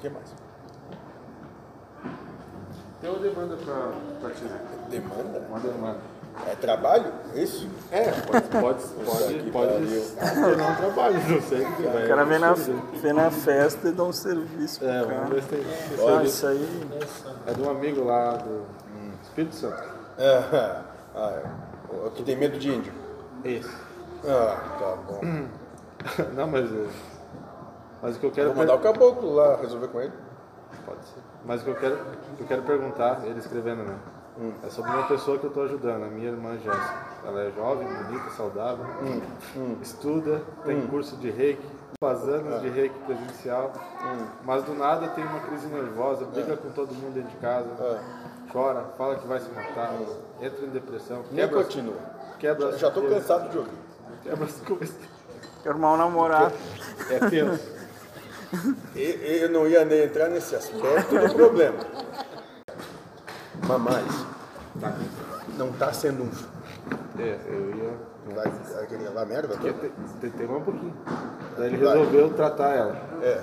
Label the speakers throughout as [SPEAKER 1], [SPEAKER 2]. [SPEAKER 1] que mais?
[SPEAKER 2] Tem uma demanda pra, pra te
[SPEAKER 1] Demanda?
[SPEAKER 2] Uma demanda.
[SPEAKER 1] É trabalho? Isso?
[SPEAKER 2] É, pode, pode,
[SPEAKER 1] que
[SPEAKER 2] pode, pode
[SPEAKER 1] pariu.
[SPEAKER 2] ser não é um trabalho, não sei o que vai.
[SPEAKER 3] O cara vem na, vem na festa e dá um serviço pro
[SPEAKER 2] É,
[SPEAKER 3] cara.
[SPEAKER 2] vamos ver se tem.
[SPEAKER 3] Ah,
[SPEAKER 2] se
[SPEAKER 3] isso aí.
[SPEAKER 2] tem- É de um amigo lá do Espírito Santo.
[SPEAKER 1] Ah, ah, é. O que tem medo de índio.
[SPEAKER 2] Isso.
[SPEAKER 1] Ah, tá bom.
[SPEAKER 2] Não, mas. é, Mas é o que eu quero.
[SPEAKER 1] Vou mandar o caboclo lá resolver com ele.
[SPEAKER 2] Pode ser. Mas o que eu quero, o que eu quero perguntar, ele escrevendo, né?
[SPEAKER 1] Hum.
[SPEAKER 2] É sobre uma pessoa que eu tô ajudando, a minha irmã Jéssica. Ela é jovem, bonita, saudável,
[SPEAKER 1] Hum,
[SPEAKER 2] estuda, tem curso de reiki, faz anos
[SPEAKER 1] É.
[SPEAKER 2] de reiki presencial,
[SPEAKER 1] Hum.
[SPEAKER 2] mas do nada tem uma crise nervosa,
[SPEAKER 1] É.
[SPEAKER 2] briga com todo mundo dentro de casa, chora, fala que vai se matar, entra em depressão,
[SPEAKER 1] Hum. Nem
[SPEAKER 2] quebra, as-
[SPEAKER 1] continua.
[SPEAKER 2] quebra as
[SPEAKER 1] Já tô
[SPEAKER 2] coisas,
[SPEAKER 1] cansado de ouvir.
[SPEAKER 2] quebra as coisas.
[SPEAKER 3] Quero um mal namorar.
[SPEAKER 2] É tenso.
[SPEAKER 1] E- Eu não ia nem entrar nesse aspecto do problema. Mamais, não tá sendo um.
[SPEAKER 2] É, eu ia
[SPEAKER 1] Vai, vai querer levar merda?
[SPEAKER 2] Eu te- Tentei mais um pouquinho. Daí ele
[SPEAKER 1] Vai.
[SPEAKER 2] resolveu tratar ela.
[SPEAKER 1] É,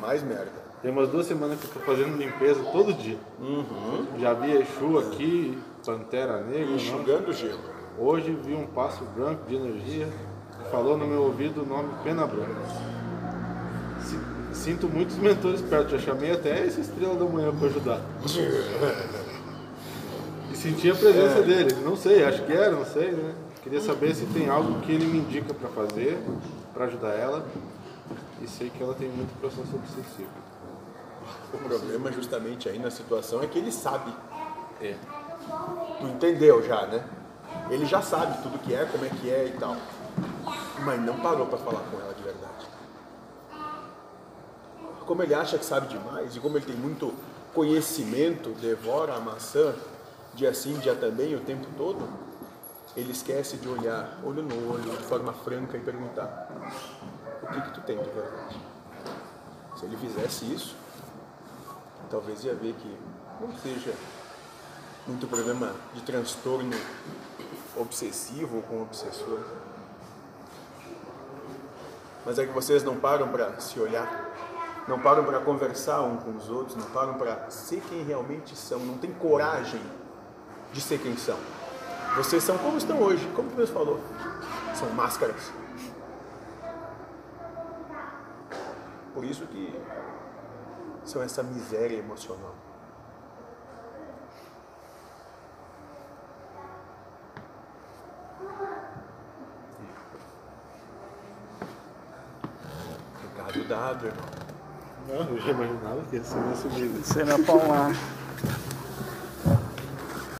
[SPEAKER 1] mais merda.
[SPEAKER 2] Tem umas duas semanas que eu tô fazendo limpeza todo dia. Já vi Exu aqui, Pantera Negra. não.
[SPEAKER 1] Enxugando gelo.
[SPEAKER 2] Hoje vi um passo branco de energia. Falou no meu ouvido o nome Pena Branca. Si- Sinto muitos mentores perto, já chamei até essa estrela da manhã pra ajudar. E senti a presença dele. Não sei, acho que era, não sei, né? Queria saber se tem algo que ele me indica pra fazer, pra ajudar ela. E sei que ela tem muito processo obsessivo.
[SPEAKER 1] O problema justamente aí na situação é que ele sabe. Tu entendeu já, né? Ele já sabe tudo que é, como é que é e tal. Mas não parou pra falar com ela de verdade. Como ele acha que sabe demais e como ele tem muito conhecimento, devora a maçã dia sim, dia também, o tempo todo, ele esquece de olhar olho no olho, de forma franca e perguntar: O que, que tu tem de verdade? Se ele fizesse isso, talvez ia ver que não seja muito problema de transtorno obsessivo ou com obsessor. Mas é que vocês não param para se olhar, não param para conversar um com os outros, não param para ser quem realmente são, não tem coragem de ser quem são. Vocês são como estão hoje, como o mesmo falou, são máscaras. Por isso que são essa miséria emocional. Recado dado, irmão.
[SPEAKER 2] Não, eu já imaginava que ia ser nesse nível.
[SPEAKER 3] Sei na palmar.